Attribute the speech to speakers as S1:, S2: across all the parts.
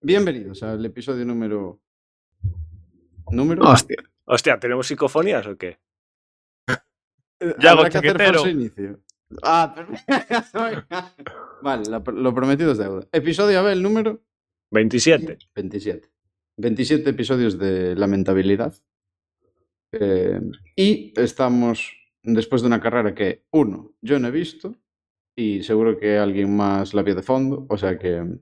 S1: Bienvenidos al episodio número. ¿Número?
S2: Hostia.
S3: Hostia, ¿tenemos psicofonías o qué?
S1: Eh,
S4: Ya,
S1: habrá
S4: lo
S1: que hacer
S4: chaquetero.
S1: falso inicio. Ah, pero- Vale, la- lo prometido es deuda. Episodio, a ver, el número
S3: 27.
S1: 27. 27 episodios de lamentabilidad. Eh, y estamos después de una carrera que, uno, yo no he visto y seguro que alguien más la vio de fondo. O sea que mm,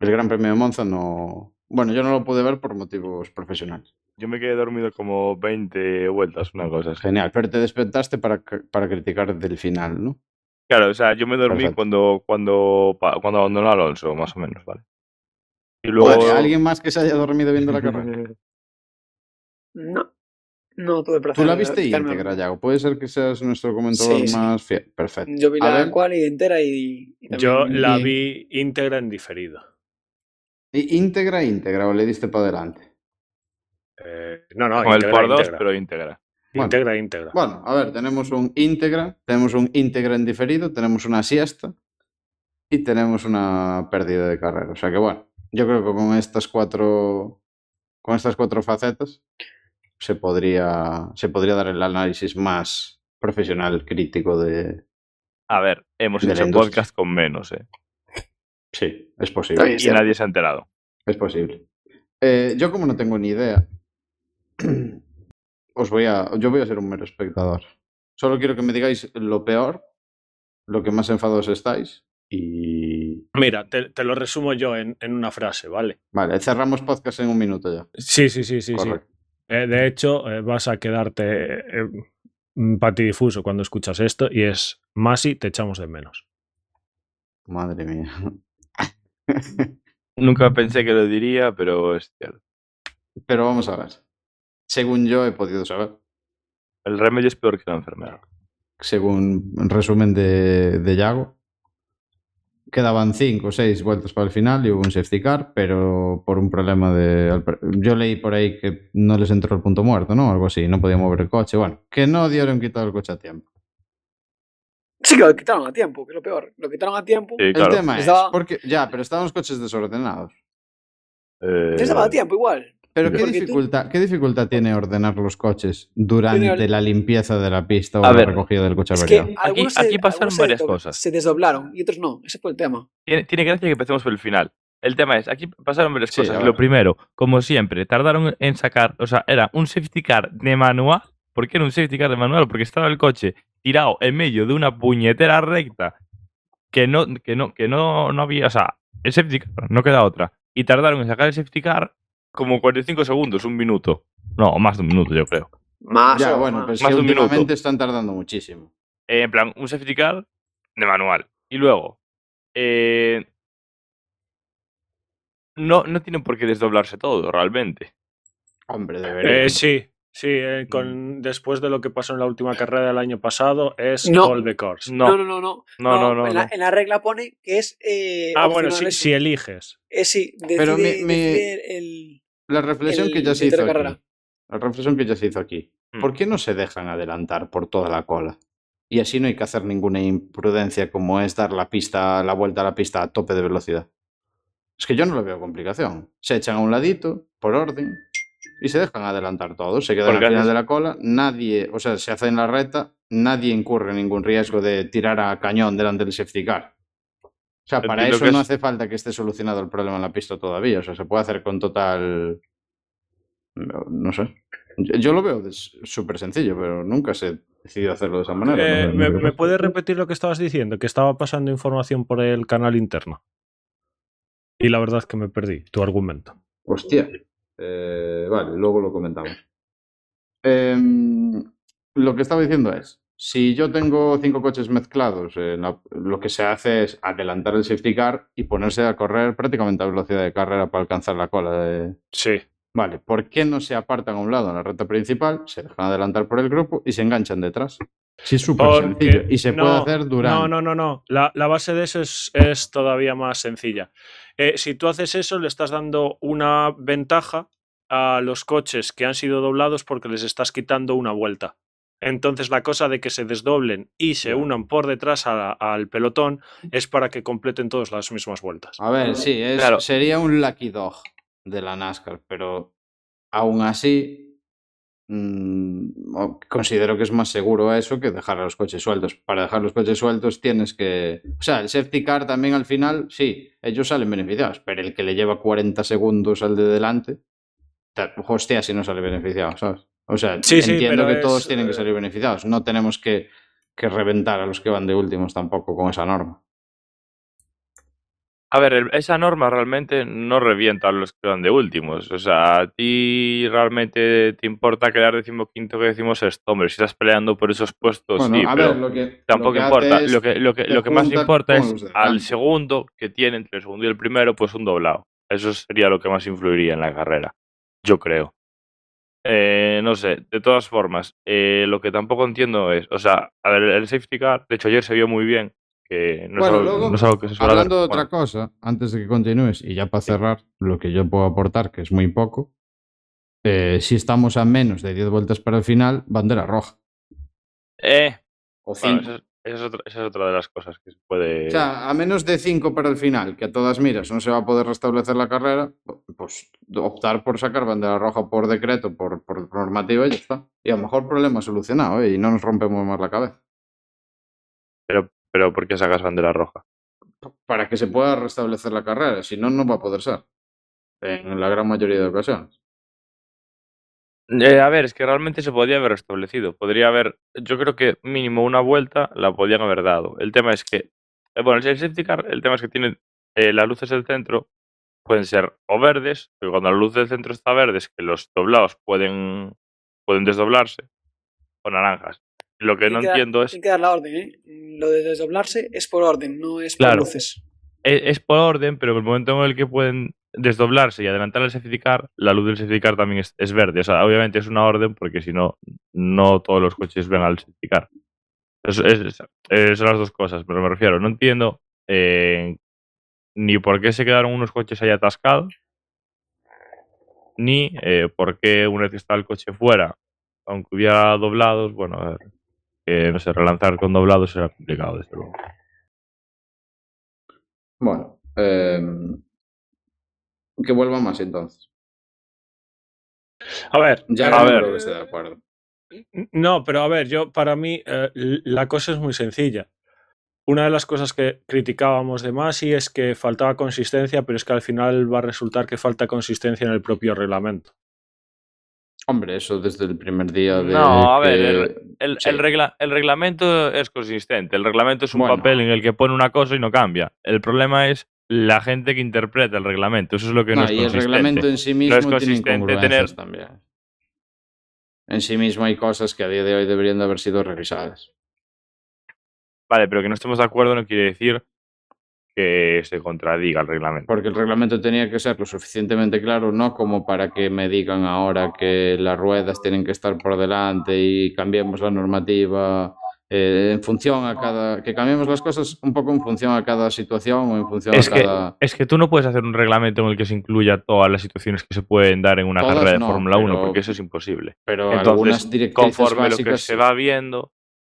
S1: el Gran Premio de Monza no... Bueno, yo no lo pude ver por motivos profesionales.
S4: Yo me quedé dormido como 20 vueltas, una cosa así.
S1: Genial, pero te despertaste para, cr- para criticar del final, ¿no?
S4: Claro, o sea, yo me dormí
S1: Perfecto.
S4: cuando, cuando, pa- cuando abandonó Alonso, más o menos, ¿vale? Y luego...
S1: Joder, ¿Alguien más que se haya dormido viendo la carrera?
S2: No.
S5: Mm, No tuve placer.
S1: Tú la
S5: de
S1: viste
S5: verme.
S1: íntegra, Yago. Puede ser que seas nuestro comentador
S5: Sí, sí.
S1: más fiel. Perfecto.
S5: Yo vi
S1: A
S5: la
S1: ver.
S5: cual y entera y. y también
S3: Yo la
S5: vi-
S3: vi íntegra en diferido.
S1: I- Íntegra, íntegra, o le diste para adelante.
S3: Eh, no, no,
S4: Con el
S3: íntegra,
S4: por 2,
S3: íntegra.
S4: pero íntegra.
S1: Bueno.
S3: Íntegra, íntegra.
S1: Bueno, a ver, tenemos un íntegra, tenemos un íntegra en diferido, tenemos una siesta y tenemos una pérdida de carrera. O sea que bueno, yo creo que con estas cuatro, con estas cuatro facetas se podría, se podría dar el análisis más profesional, crítico de...
S4: A ver, hemos
S1: De la
S4: hecho un
S1: industria.
S4: podcast con menos, ¿eh?
S1: Sí, es
S5: Está
S1: posible.
S5: bien.
S4: Y
S5: Sí.
S4: nadie se ha enterado.
S1: Es posible. Eh, yo como no tengo ni idea, os voy a, yo voy a ser un mero espectador. Solo quiero que me digáis lo peor, lo que más enfadados estáis y...
S3: Mira, te, te lo resumo yo en, en una frase, ¿vale?
S1: Vale, cerramos podcast en un minuto ya.
S3: Sí, sí, sí, sí. sí.
S1: Correcto.
S3: Eh, de hecho, eh, vas a quedarte eh, mm, patidifuso cuando escuchas esto y es Masi, te echamos de menos.
S1: Madre mía.
S4: Nunca pensé que lo diría, pero es cierto.
S1: Pero vamos a ver. Según yo he podido saber,
S4: El remedio es peor que la enfermedad.
S1: según un resumen de, de Yago, quedaban cinco o seis vueltas para el final y hubo un safety car, pero por un problema de... al par- Yo leí por ahí que no les entró el punto muerto, ¿no? Algo así, no podía mover el coche. Bueno, que no dieron quitado el coche a tiempo.
S5: Sí, que lo quitaron a tiempo, que es lo peor. Lo quitaron a tiempo.
S4: Sí,
S1: El
S4: claro.
S1: tema es,
S5: Estaba-
S1: porque ya, pero estaban los coches desordenados.
S4: Eh,
S5: Yo estaba a tiempo igual.
S1: Pero ¿qué
S5: Porque tú-
S1: dificultad, ¿qué dificultad tiene ordenar los coches durante
S5: Tiene-
S1: la limpieza de la pista o
S4: A
S1: la
S4: ver,
S1: recogida del coche
S5: Es que
S1: averiado?
S5: algunos
S4: aquí
S5: se-
S4: pasaron
S5: algunos se
S4: varias
S5: desdobl-
S4: cosas.
S5: Se desdoblaron y otros no. Ese fue el tema.
S4: Tiene, tiene gracia que empecemos por el final. El tema es, aquí pasaron varias
S1: Sí, a
S4: cosas.
S1: ver.
S4: Lo primero, como siempre, tardaron en sacar, o sea, era un safety car de manual. ¿Por qué era un safety car de manual? Porque estaba el coche tirado en medio de una puñetera recta que no, que no, que no, no había, o sea, el safety car, no queda otra. Y tardaron en sacar el safety car como 45 segundos, un minuto. No, más de un minuto, yo creo.
S5: Más.
S1: Ya,
S5: o
S1: bueno,
S5: más.
S1: pero es
S4: más
S1: que
S4: de un minuto.
S1: últimamente están tardando muchísimo.
S4: Eh, en plan, un safety car de manual. Y luego, eh, no, no tienen por qué desdoblarse todo, realmente.
S1: Hombre,
S3: Eh,
S1: debería.
S3: sí, sí, eh, con, después de lo que pasó en la última carrera del año pasado, es
S5: No.
S3: all the course.
S4: No,
S5: no, no, no.
S4: no, no, e no,
S5: en, la,
S4: no.
S5: en la regla pone que es. eh,
S3: Ah, bueno, si,
S5: opcional,
S3: si eliges.
S5: es- es sí, decide,
S1: Pero mi- mi-
S5: decide el.
S1: La reflexión
S5: el
S1: que ya se
S5: director
S1: hizo
S5: de carrera.
S1: aquí. La reflexión que ya se hizo aquí.
S4: Hmm.
S1: ¿Por qué no se dejan adelantar por toda la cola? Y así no hay que hacer ninguna imprudencia como es dar la pista, la vuelta a la pista a tope de velocidad. Es que yo no le veo complicación. Se echan a un ladito, por orden, y se dejan adelantar todos. Se quedan
S4: Porque
S1: al final
S4: antes-
S1: de la cola, nadie, o sea, se hace en la recta, nadie incurre ningún riesgo de tirar a cañón delante del safety car. O sea, para
S4: Entiendo
S1: eso
S4: que
S1: no
S4: es-
S1: hace falta que esté solucionado el problema en la pista todavía. O sea, se puede hacer con total. No, no sé. Yo, yo lo veo de- súper sencillo, pero nunca se decidió hacerlo de esa manera.
S3: Eh,
S1: no sé,
S3: ¿me,
S1: no sé.
S3: me puedes repetir lo que estabas diciendo? Que estaba pasando información por el canal interno. Y la verdad es que me perdí tu argumento.
S1: Hostia. Eh, vale, luego lo comentamos. Em, lo que estaba diciendo es, si yo tengo cinco coches mezclados, eh, la- lo que se hace es adelantar el safety car y ponerse a correr prácticamente a velocidad de carrera para alcanzar la cola de,
S3: Sí.
S1: Vale, ¿por qué no se apartan a un lado en la recta principal, se dejan adelantar por el grupo y se enganchan detrás? Sí, es súper
S3: Porque-
S1: sencillo. Y se
S3: no,
S1: puede hacer durante.
S3: No, no, no, no. La, la base de eso es, es todavía más sencilla. Eh, si tú haces eso, le estás dando una ventaja a los coches que han sido doblados porque les estás quitando una vuelta. Entonces la cosa de que se desdoblen y se unan por detrás a la- al pelotón es para que completen todas las mismas vueltas.
S1: A ver, sí, es-
S4: Claro.
S1: sería un lucky dog de la NASCAR, pero aún así mm, o- considero que es más seguro eso que dejar a los coches sueltos. Para dejar los coches sueltos tienes que... O sea, el safety car también al final, sí, ellos salen beneficiados, pero el que le lleva 40 segundos al de delante, ta- hostia, si no sale beneficiado, ¿sabes? O sea,
S3: Sí, sí,
S1: entiendo
S3: pero
S1: que
S3: es,
S1: todos tienen que
S3: eh,
S1: salir beneficiados. No tenemos que, que reventar a los que van de últimos tampoco con esa norma.
S4: A ver, el- esa norma realmente no revienta a los que van de últimos. O sea, a ti realmente te importa quedar decimoquinto que decimosexto. Hombre, si estás peleando por esos puestos,
S1: Bueno,
S4: Pues sí,
S1: a
S4: pero
S1: ver, lo que, lo
S4: tampoco
S1: que hace
S4: importa.
S1: es-
S4: Lo que, lo que,
S1: te
S4: lo que más
S1: junta
S4: importa
S1: con
S4: es
S1: los de
S4: al
S1: delante.
S4: segundo que tiene entre el segundo y el primero, pues un doblado. Eso sería lo que más influiría en la carrera, yo creo. Eh, no sé, de todas formas, eh, lo que tampoco entiendo es, o sea, a ver, el safety car, de hecho ayer se vio muy bien, que no, es,
S1: Bueno,
S4: algo,
S1: luego,
S4: no es algo que se suele
S1: Hablando de
S4: ver.
S1: otra cosa, antes de que continúes, y ya para cerrar, lo que yo puedo aportar, que es muy poco, eh, si estamos a menos de 10 vueltas para el final, bandera roja.
S4: Eh,
S1: O
S4: Bueno, esa, es, esa es otra, esa es otra de las cosas que se puede.
S1: O sea, a menos de 5 para el final, que a todas miras no se va a poder restablecer la carrera, pues optar por sacar bandera roja por decreto, por, por normativa y ya está. Y a lo mejor problema solucionado, ¿eh? y no nos rompemos más la cabeza.
S4: pero, pero ¿por qué sacas bandera roja?
S1: Para que se pueda restablecer la carrera, si no, no va a poder ser. En la gran mayoría de ocasiones.
S4: Eh, a ver, es que realmente se podía haber establecido. Podría haber, yo creo que mínimo una vuelta la podían haber dado. El tema es que, eh, bueno, el safety car, el tema es que tiene eh, las luces del centro pueden ser o verdes, pero cuando la luz del centro está verde es que los doblados pueden, pueden desdoblarse, o naranjas. Lo que
S5: Tiene
S4: no
S5: que dar-
S4: entiendo es
S5: Tiene que dar la orden, ¿eh? Lo de desdoblarse es por orden, no es
S4: Claro.
S5: por luces.
S4: es, E, es por orden, pero en el momento en el que pueden desdoblarse y adelantar el safety car, la luz del safety car también es, es verde. O sea, obviamente es una orden porque si no, no todos los coches ven al safety car. Es- es- es- eh, son las dos cosas, pero me refiero, no entiendo eh, ni por qué se quedaron unos coches ahí atascados, ni eh, por qué una vez que estaba el coche fuera, aunque hubiera doblados, bueno, a ver, eh, no sé, relanzar con doblados era complicado, desde luego.
S1: Bueno, em, que vuelva más entonces.
S3: A ver,
S1: Ya
S4: A
S1: no
S4: ver.
S1: creo que esté de acuerdo.
S3: No, pero a ver, yo para mí eh, l- la cosa es muy sencilla. Una de las cosas que criticábamos de Masi es que faltaba consistencia, pero es que al final va a resultar que falta consistencia en el propio reglamento.
S1: Hombre, eso desde el primer día de.
S4: No, a
S1: que-
S4: ver, El,
S1: Sí.
S4: el regla- el reglamento es consistente. El reglamento es un
S1: Bueno.
S4: papel en el que pone una cosa y no cambia. El problema es la gente que interpreta el reglamento. Eso es lo que no,
S1: No,
S4: es
S1: Ah, y el
S4: consistente.
S1: reglamento en sí mismo
S4: es
S1: tiene
S4: consistente
S1: incongruencias
S4: tener-
S1: también. En sí mismo hay cosas que a día de hoy deberían de haber sido revisadas.
S4: Vale, pero que no estemos de acuerdo no quiere decir que se contradiga el reglamento.
S1: Porque el reglamento tenía que ser lo suficientemente claro, no como para que me digan ahora que las ruedas tienen que estar por delante y cambiemos la normativa eh, en función a cada. que cambiemos las cosas un poco en función a cada situación o en función
S4: Es
S1: a
S4: que,
S1: cada.
S4: es que tú no puedes hacer un reglamento en el que se incluya todas las situaciones que se pueden dar en una
S1: Todas
S4: carrera de
S1: no,
S4: Fórmula 1,
S1: pero-
S4: porque eso es imposible.
S1: Pero algunas
S4: Entonces,
S1: directrices
S4: conforme lo
S1: básicas,
S4: que se va viendo,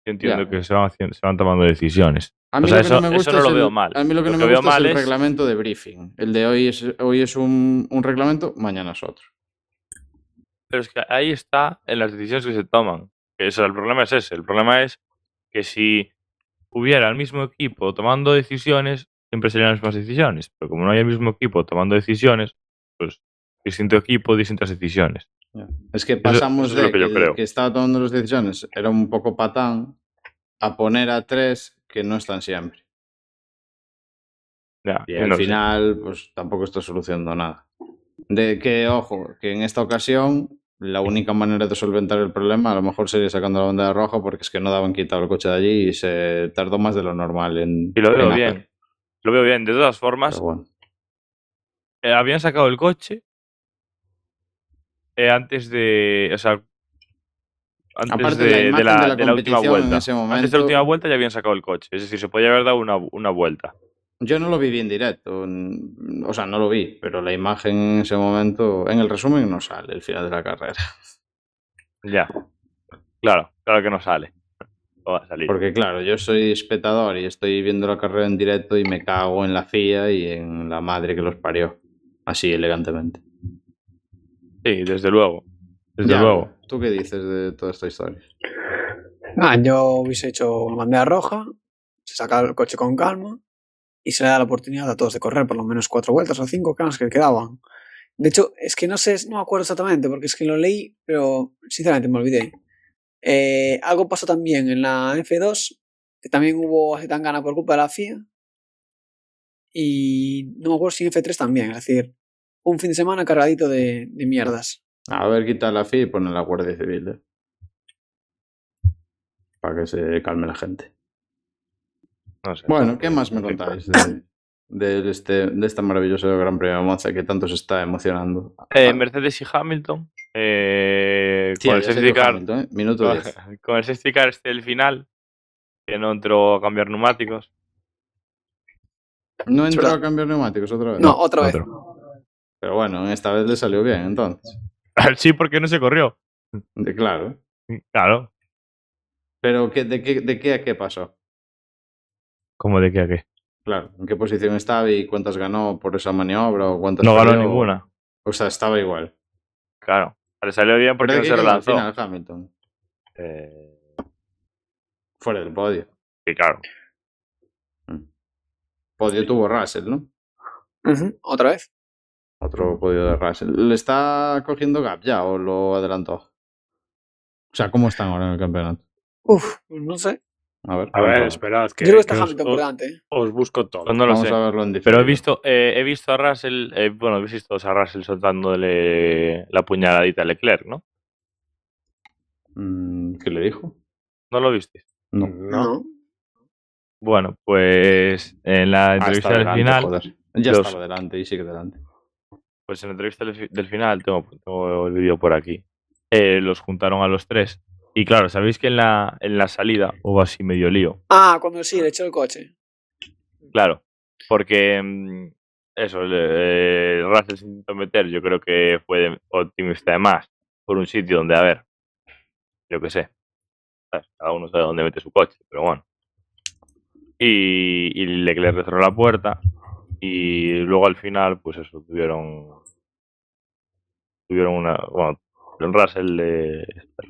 S4: yo entiendo
S1: Ya.
S4: que se van, haciendo- se van tomando decisiones.
S1: A mí
S4: o sea,
S1: lo que no
S4: eso-
S1: me
S4: eso
S1: gusta
S4: no
S1: es
S4: lo
S1: el-
S4: veo mal.
S1: A mí lo que
S4: Lo
S1: no
S4: que
S1: me
S4: veo
S1: gusta es el
S4: mal es-
S1: reglamento de briefing. El de hoy es, hoy es un, un reglamento, mañana es otro.
S4: Pero es que ahí está en las decisiones que se toman. Que eso, el problema es ese. El problema es que si hubiera el mismo equipo tomando decisiones, siempre serían las mismas decisiones. Pero como no hay el mismo equipo tomando decisiones, pues distinto equipo, distintas decisiones.
S1: Es que pasamos
S4: eso es lo
S1: de
S4: que
S1: que,
S4: yo creo.
S1: que estaba tomando las decisiones, era un poco patán, a poner a tres que no están siempre.
S4: Ya,
S1: Y
S4: yo
S1: al
S4: no sé.
S1: final, pues tampoco está solucionando nada. De que, ojo, que en esta ocasión la única manera de solventar el problema a lo mejor sería sacando la bandera roja porque es que no daban quitado el coche de allí y se tardó más de lo normal en...
S4: Y lo veo
S1: en hacer.
S4: bien. Lo veo bien. De todas formas,
S1: Pero bueno.
S4: eh, habían sacado el coche eh, antes de. O sea. Antes
S1: Aparte
S4: de,
S1: la
S4: de
S1: imagen
S4: la-
S1: de la
S4: de la última
S1: competición en
S4: vuelta.
S1: ese
S4: Antes de la
S1: momento-
S4: última vuelta ya habían sacado el coche. Es decir, se podía haber dado una, una vuelta.
S1: Yo no lo vi en directo, n- o sea, no lo vi, pero la imagen en ese momento, en el resumen no sale el final de la carrera.
S4: Ya. Claro, claro, Claro que no sale. No va a salir.
S1: Porque claro, yo soy espectador y estoy viendo la carrera en directo y me cago en la FIA y en la madre que los parió. Así elegantemente.
S4: Sí, desde luego. Desde
S1: Ya,
S4: luego.
S1: ¿Tú qué dices de toda esta historia?
S5: Ah, yo hubiese hecho una bandera roja, se saca el coche con calma y se le da la oportunidad a todos de correr por lo menos cuatro vueltas o cinco que eran las que quedaban. De hecho, es que no sé, no me acuerdo exactamente porque es que lo leí, pero sinceramente me olvidé. Eh, algo pasó también en la F2, que también hubo así tan gana por culpa de la FIA. Y no me acuerdo si en F3 también, es decir, un fin de semana cargadito de, de mierdas.
S1: A ver, quita la FIA y pone la Guardia Civil. ¿eh? Para que se calme la gente.
S4: No sé.
S1: Bueno, ¿qué más me contáis de, de este, de este maravilloso Gran Premio de Monza que tanto se está emocionando?
S4: Eh,
S1: Ah,
S4: Mercedes y Hamilton. eh,
S1: tía,
S4: con el
S1: ya se
S4: safety
S1: dio
S4: car.
S1: Hamilton, ¿eh? Minuto 10.
S4: Con, con el safety car este el final. Que no entró a cambiar neumáticos.
S1: No entró
S5: verdad.
S1: a cambiar neumáticos otra vez.
S5: No, otra vez.
S1: Pero bueno, esta vez le salió bien, entonces.
S4: sí, porque no se corrió.
S1: De- claro.
S4: Claro.
S1: Pero ¿qué- de, qué, ¿de qué a qué pasó?
S4: ¿Cómo de qué a qué?
S1: Claro. ¿En qué posición estaba y cuántas ganó por esa maniobra o cuántas
S4: No ganó
S1: perdió?
S4: ninguna.
S1: O sea, estaba igual.
S4: Claro. Le salió bien porque
S1: Pero
S4: no
S1: ¿qué
S4: se
S1: quedó al
S4: relanzó.
S1: final Hamilton?
S4: Eh,
S1: Fuera del podio.
S4: sí, claro.
S1: Podio tuvo Russell, ¿no?
S5: Ujú, Otra vez.
S1: Otro podio de Russell. ¿Le está cogiendo gap ya o lo adelantó? O sea, ¿cómo están ahora en el campeonato?
S5: Uf, no sé.
S1: A ver.
S3: A ver,
S1: vamos
S3: esperad. Que,
S5: Yo creo que está
S3: que os-
S5: Hamilton por
S3: os,
S5: delante. ¿eh?
S3: os busco todo.
S4: Pues No lo
S1: vamos
S4: sé.
S1: a verlo en diferido.
S4: Pero he visto, eh, he visto a Russell, eh, bueno, he visto a Russell soltándole la puñaladita a Leclerc, ¿no?
S1: Mm, ¿Qué le dijo?
S4: ¿No lo visteis?
S1: No.
S5: No.
S4: Bueno, pues en la
S1: Ah,
S4: entrevista
S1: estaba
S4: del
S1: delante,
S4: final,
S1: joder. Ya
S4: Los-
S1: estaba delante y sigue delante.
S4: pues en la entrevista del, fi- del final, tengo, tengo el vídeo por aquí, eh, los juntaron a los tres. Y claro, sabéis que en la, en la salida hubo así medio lío,
S5: Ah, cuando sí, le echó el coche.
S4: claro, porque mm, eso, eh, Russell se intentó meter, yo creo que fue de- optimista de más, por un sitio donde, a ver, yo qué sé, ¿sabes? cada uno sabe dónde mete su coche, pero bueno. Y, y Leclerc le cerró la puerta y luego al final, pues eso, tuvieron, tuvieron una, bueno, Russell le, le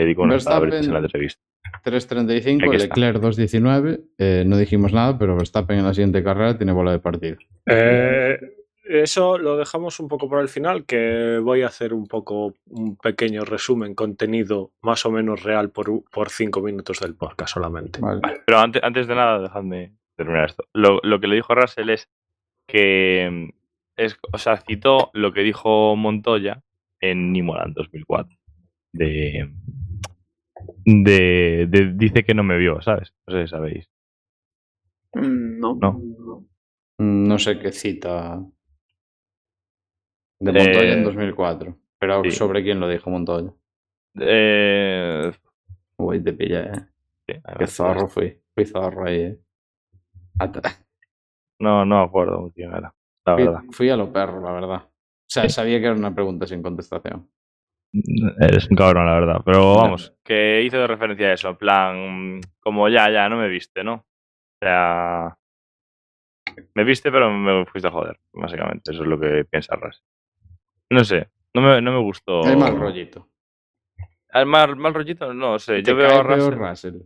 S4: dedicó una
S1: Verstappen.
S4: palabritas en la entrevista.
S1: 3.35,
S4: Aquí está.
S1: Leclerc 2.19. eh, no dijimos nada, pero Verstappen en la siguiente carrera tiene bola de partido.
S3: Eh, eso lo dejamos un poco para el final, que voy a hacer un poco un pequeño resumen, contenido más o menos real por, u- por cinco minutos del podcast solamente.
S1: Vale.
S4: Pero antes, antes de nada, dejadme terminar esto. Lo, lo que le dijo Russell es que. mm, Es, o sea, citó lo que dijo Montoya en Imola en 2004. De, de, de- Dice que no me vio, ¿sabes? No sé si sabéis.
S5: Mm, No.
S4: No.
S1: Mm, No sé qué cita de
S4: Eh,
S1: Montoya en 2004. Pero
S4: sí.
S1: sobre quién lo dijo Montoya.
S4: Eh,
S1: Uy, te pillé, eh.
S4: sí, ahí va.
S1: Qué zorro fui. Fui zorro ahí, eh. Ata-
S4: No, no me acuerdo quién era. La
S1: Fui,
S4: verdad.
S1: fui a lo perro, la verdad. O sea, sabía que era una pregunta sin contestación.
S4: Eres un cabrón, la verdad. Pero vamos, que hizo de referencia a eso. En plan, mm, como ya, ya, no me viste, ¿no? O sea. Me viste, pero me fuiste a joder, básicamente. Eso es lo que piensa Ras. No sé, no me, no me gustó.
S1: Hay mal rollito.
S4: ¿Al mal, mal rollito? No sé. Yo
S1: Te
S4: veo
S1: cae
S4: a Ras.
S1: peor Russell.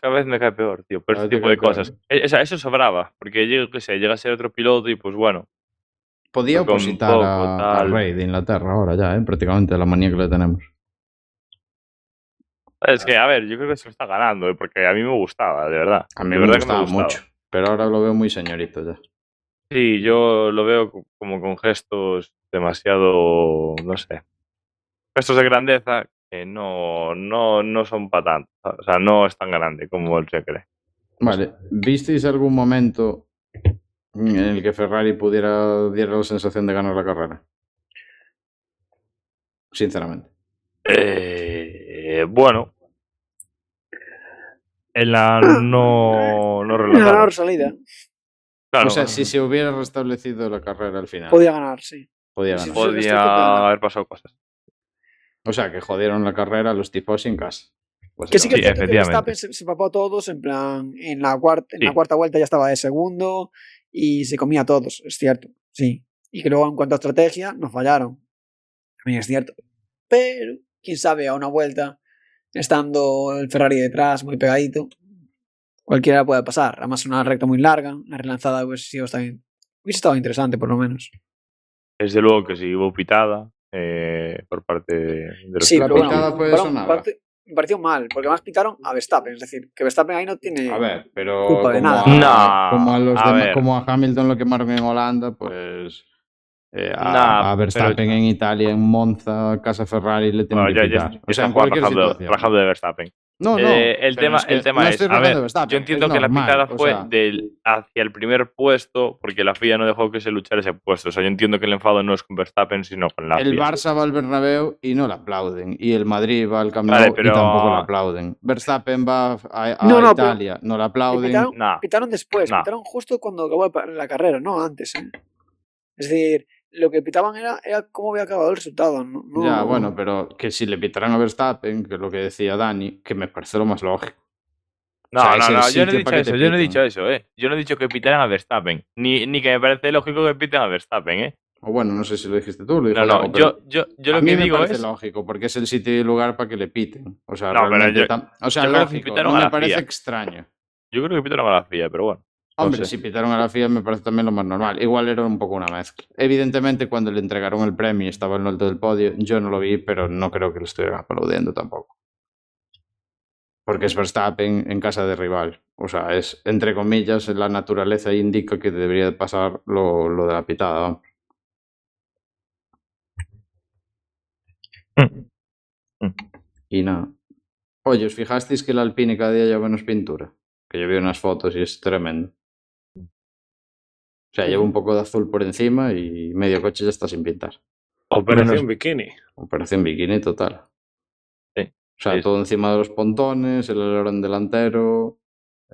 S4: Cada vez me cae peor, tío. Por
S1: Cada
S4: ese
S1: vez te
S4: tipo de
S1: cae peor,
S4: cosas. E- esa- eso sobraba, porque yo qué sé, llega a ser otro piloto y pues bueno.
S1: Podía
S4: Con
S1: opositar
S4: poco,
S1: a, a
S4: tal.
S1: Rey de Inglaterra ahora ya, ¿eh? prácticamente la manía que le tenemos.
S4: Es
S1: Ah.
S4: que, a ver, yo creo que se lo está ganando, eh, porque a mí me gustaba, de verdad.
S1: A mí
S4: De
S1: me
S4: verdad que
S1: gustaba mucho, pero ahora lo veo muy señorito ya.
S4: Sí, yo lo veo co- como con gestos demasiado, no sé, gestos de grandeza que no, no, no son para tanto. O sea, no es tan grande como él se cree.
S1: Vale, ¿visteis algún momento en el que Ferrari pudiera diera la sensación de ganar la carrera? Sinceramente.
S4: Eh, bueno. En la no, no
S5: Una
S4: relataron.
S5: Ganar salida.
S4: Claro,
S1: o sea, si se hubiera restablecido la carrera al final,
S5: Podía ganar, sí.
S1: podía
S5: sí,
S1: ganar.
S5: sí.
S4: podía haber pasado cosas.
S1: O sea, que jodieron la carrera los tifos en casa. Pues
S5: Que sí que,
S4: Sí,
S5: es cierto que
S4: efectivamente.
S5: Verstappen se, se empapó a todos, en plan, en la, cuarta, en la
S4: Sí.
S5: cuarta vuelta ya estaba de segundo y se comía a todos, es cierto, sí. Y que luego en cuanto a estrategia, nos fallaron. También es cierto. Pero, quién sabe, a una vuelta, estando el Ferrari detrás, muy pegadito, cualquiera puede pasar. Además, una recta muy larga, la relanzada hubiese sido también. Hubiese estado interesante, por lo menos.
S4: Desde luego que sí, hubo pitada eh, por parte de los
S5: Sí,
S4: pilotos.
S5: pero bueno,
S1: pitada puede
S5: fueron
S1: sonar.
S5: parte- me pareció mal, porque más pitaron a Verstappen. Es decir, que Verstappen ahí no tiene.
S1: A ver, pero
S5: Culpa de
S1: como,
S4: nada.
S1: A,
S4: No,
S1: como a los
S4: a
S1: demás-
S4: ver.
S1: como a Hamilton lo quemaron en Holanda, pues eh, a,
S4: Nah,
S1: a Verstappen
S4: ah, pero-
S1: en Italia, en Monza, Casa Ferrari le tienen
S4: Bueno, ya,
S1: que
S4: ya,
S1: pitar.
S4: ya
S1: o sea,
S4: están
S1: en
S4: jugando
S1: cualquier
S4: rajando-
S1: situación.
S4: rajando de Verstappen.
S1: No, no.
S4: Eh, el
S1: pero
S4: tema-
S1: que
S4: el tema
S1: no
S4: es,
S1: estoy
S4: a
S1: rajando
S4: ver,
S1: de Verstappen,
S4: Yo entiendo
S1: es
S4: que la
S1: normal,
S4: pitada
S1: o
S4: fue
S1: sea,
S4: del hacia el primer puesto, porque la FIA no dejó que se luchara ese puesto. O sea, yo entiendo que el enfado no es con Verstappen, sino con la
S1: El
S4: FIA.
S1: Barça va al Bernabéu y no la aplauden. Y el Madrid va al Camp Nou
S4: Vale, pero-
S1: y tampoco la aplauden. Verstappen va a, a
S5: No, no, pero-
S1: Italia, no la aplauden.
S5: Pitaron,
S4: Nah.
S5: pitaron después,
S4: Nah.
S5: pitaron justo cuando acabó la carrera, no antes. ¿eh? Es decir, lo que pitaban era, era cómo había acabado el resultado. No, no-
S1: Ya, bueno, pero que si le pitaran a Verstappen, que es lo que decía Dani, que me parece lo más lógico.
S4: No,
S1: O sea, es
S4: no,
S1: el
S4: no, yo no he
S1: sitio
S4: dicho
S1: para que te
S4: eso, yo no he
S1: piten.
S4: dicho eso, eh. Yo no he dicho que pitaran a Verstappen, ni, ni que me parece lógico que piten a Verstappen, eh.
S1: O bueno, no sé si lo dijiste tú, lo dijo
S4: No, no,
S1: Iago, pero
S4: yo, yo, yo lo
S1: a mí
S4: que
S1: me
S4: digo
S1: parece
S4: es...
S1: lógico, porque es el sitio y lugar para que le piten. O sea,
S4: No, pero
S1: realmente
S4: yo-
S1: tam- o sea,
S4: yo creo que
S1: lógico,
S4: pitaron
S1: no
S4: a
S1: me
S4: la
S1: parece
S4: FIA.
S1: extraño.
S4: Yo creo que pitaron a la FIA, pero bueno.
S1: Hombre,
S4: sé.
S1: si pitaron a la FIA me parece también lo más normal. Igual era un poco una mezcla. Evidentemente, cuando le entregaron el premio y estaba en lo alto del podio, yo no lo vi, pero no creo que lo estuvieran aplaudiendo tampoco. Porque es Verstappen en casa de rival. O sea, es, entre comillas, la naturaleza indica que debería pasar lo, lo de la pitada. vamos. Y nada. Oye, ¿os fijasteis que el Alpine cada día lleva menos pintura? Que yo vi unas fotos y es tremendo. O sea, lleva un poco de azul por encima y medio coche ya está sin pintar.
S3: Operación
S4: Menos-
S3: Bikini.
S1: Operación bikini total.
S4: Sí,
S1: O sea,
S4: sí, sí.
S1: todo encima de los pontones, el alerón delantero,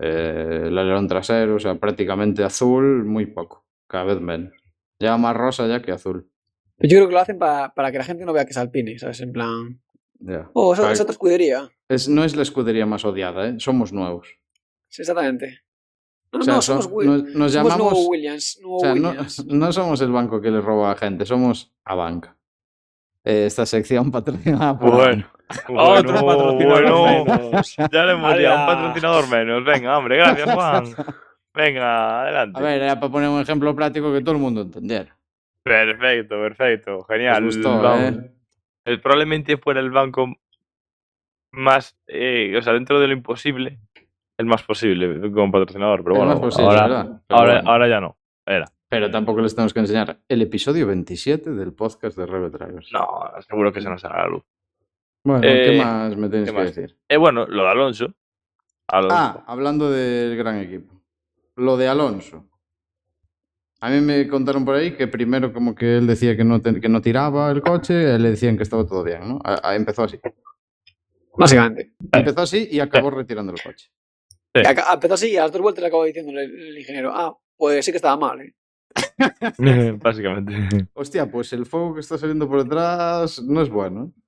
S1: eh, el alerón trasero, o sea, prácticamente azul, muy poco, cada vez menos. Lleva más rosa ya que azul.
S5: Pero Yo creo que lo hacen para, para que la gente no vea que es Alpine, ¿sabes? En plan,
S1: Ya.
S5: oh, eso,
S1: Para-
S5: es otra escudería.
S1: es- no es la escudería más odiada, ¿eh? somos nuevos.
S5: Sí, exactamente. No,
S1: O sea,
S5: no,
S1: so-
S5: somos, Will-
S1: nos, nos
S5: somos nuevo
S1: llamamos...
S5: Williams. Nuevo
S1: O sea, no,
S5: Williams.
S1: no somos el banco que le roba a gente, somos a banca. Eh, esta sección patrocinada por
S4: Bueno,
S3: Otro
S4: bueno,
S3: patrocinador
S4: bueno.
S3: menos.
S4: Ya le hemos liado, un
S3: Ala.
S4: patrocinador menos. Venga, hombre, gracias, Juan. Venga, adelante.
S1: A ver, era para poner un ejemplo práctico que todo el mundo entendiera.
S4: Perfecto, perfecto. Genial.
S1: Os gustó,
S4: Vamos.
S1: ¿eh?
S4: El- probablemente fuera el banco más, eh, o sea, dentro de lo imposible, el más posible como patrocinador. Pero
S1: El
S4: bueno,
S1: más posible,
S4: ahora,
S1: ¿verdad? Pero
S4: ahora,
S1: bueno.
S4: ahora ya no. Era.
S1: Pero tampoco les tenemos que enseñar el episodio 27 del podcast de Rebe Drivers.
S4: No, seguro que se nos hará la luz.
S1: Bueno,
S4: Eh,
S1: ¿qué más me tenéis
S4: ¿qué
S1: que
S4: más?
S1: decir?
S4: Eh, bueno, lo de Alonso. Alonso.
S1: Ah, hablando del gran equipo. Lo de Alonso. A mí me contaron por ahí que primero como que él decía que no, te- que no tiraba el coche, le decían que estaba todo bien, ¿no? A- a- empezó así.
S5: Básicamente.
S1: Empezó así y acabó retirando el coche.
S4: Sí.
S5: Acá- Empezó así y a las dos vueltas le acabo diciéndole el, el ingeniero, ah, pues sí que estaba mal, ¿eh?
S4: Básicamente.
S1: Hostia, pues el fuego que está saliendo por detrás no es bueno. ¿eh?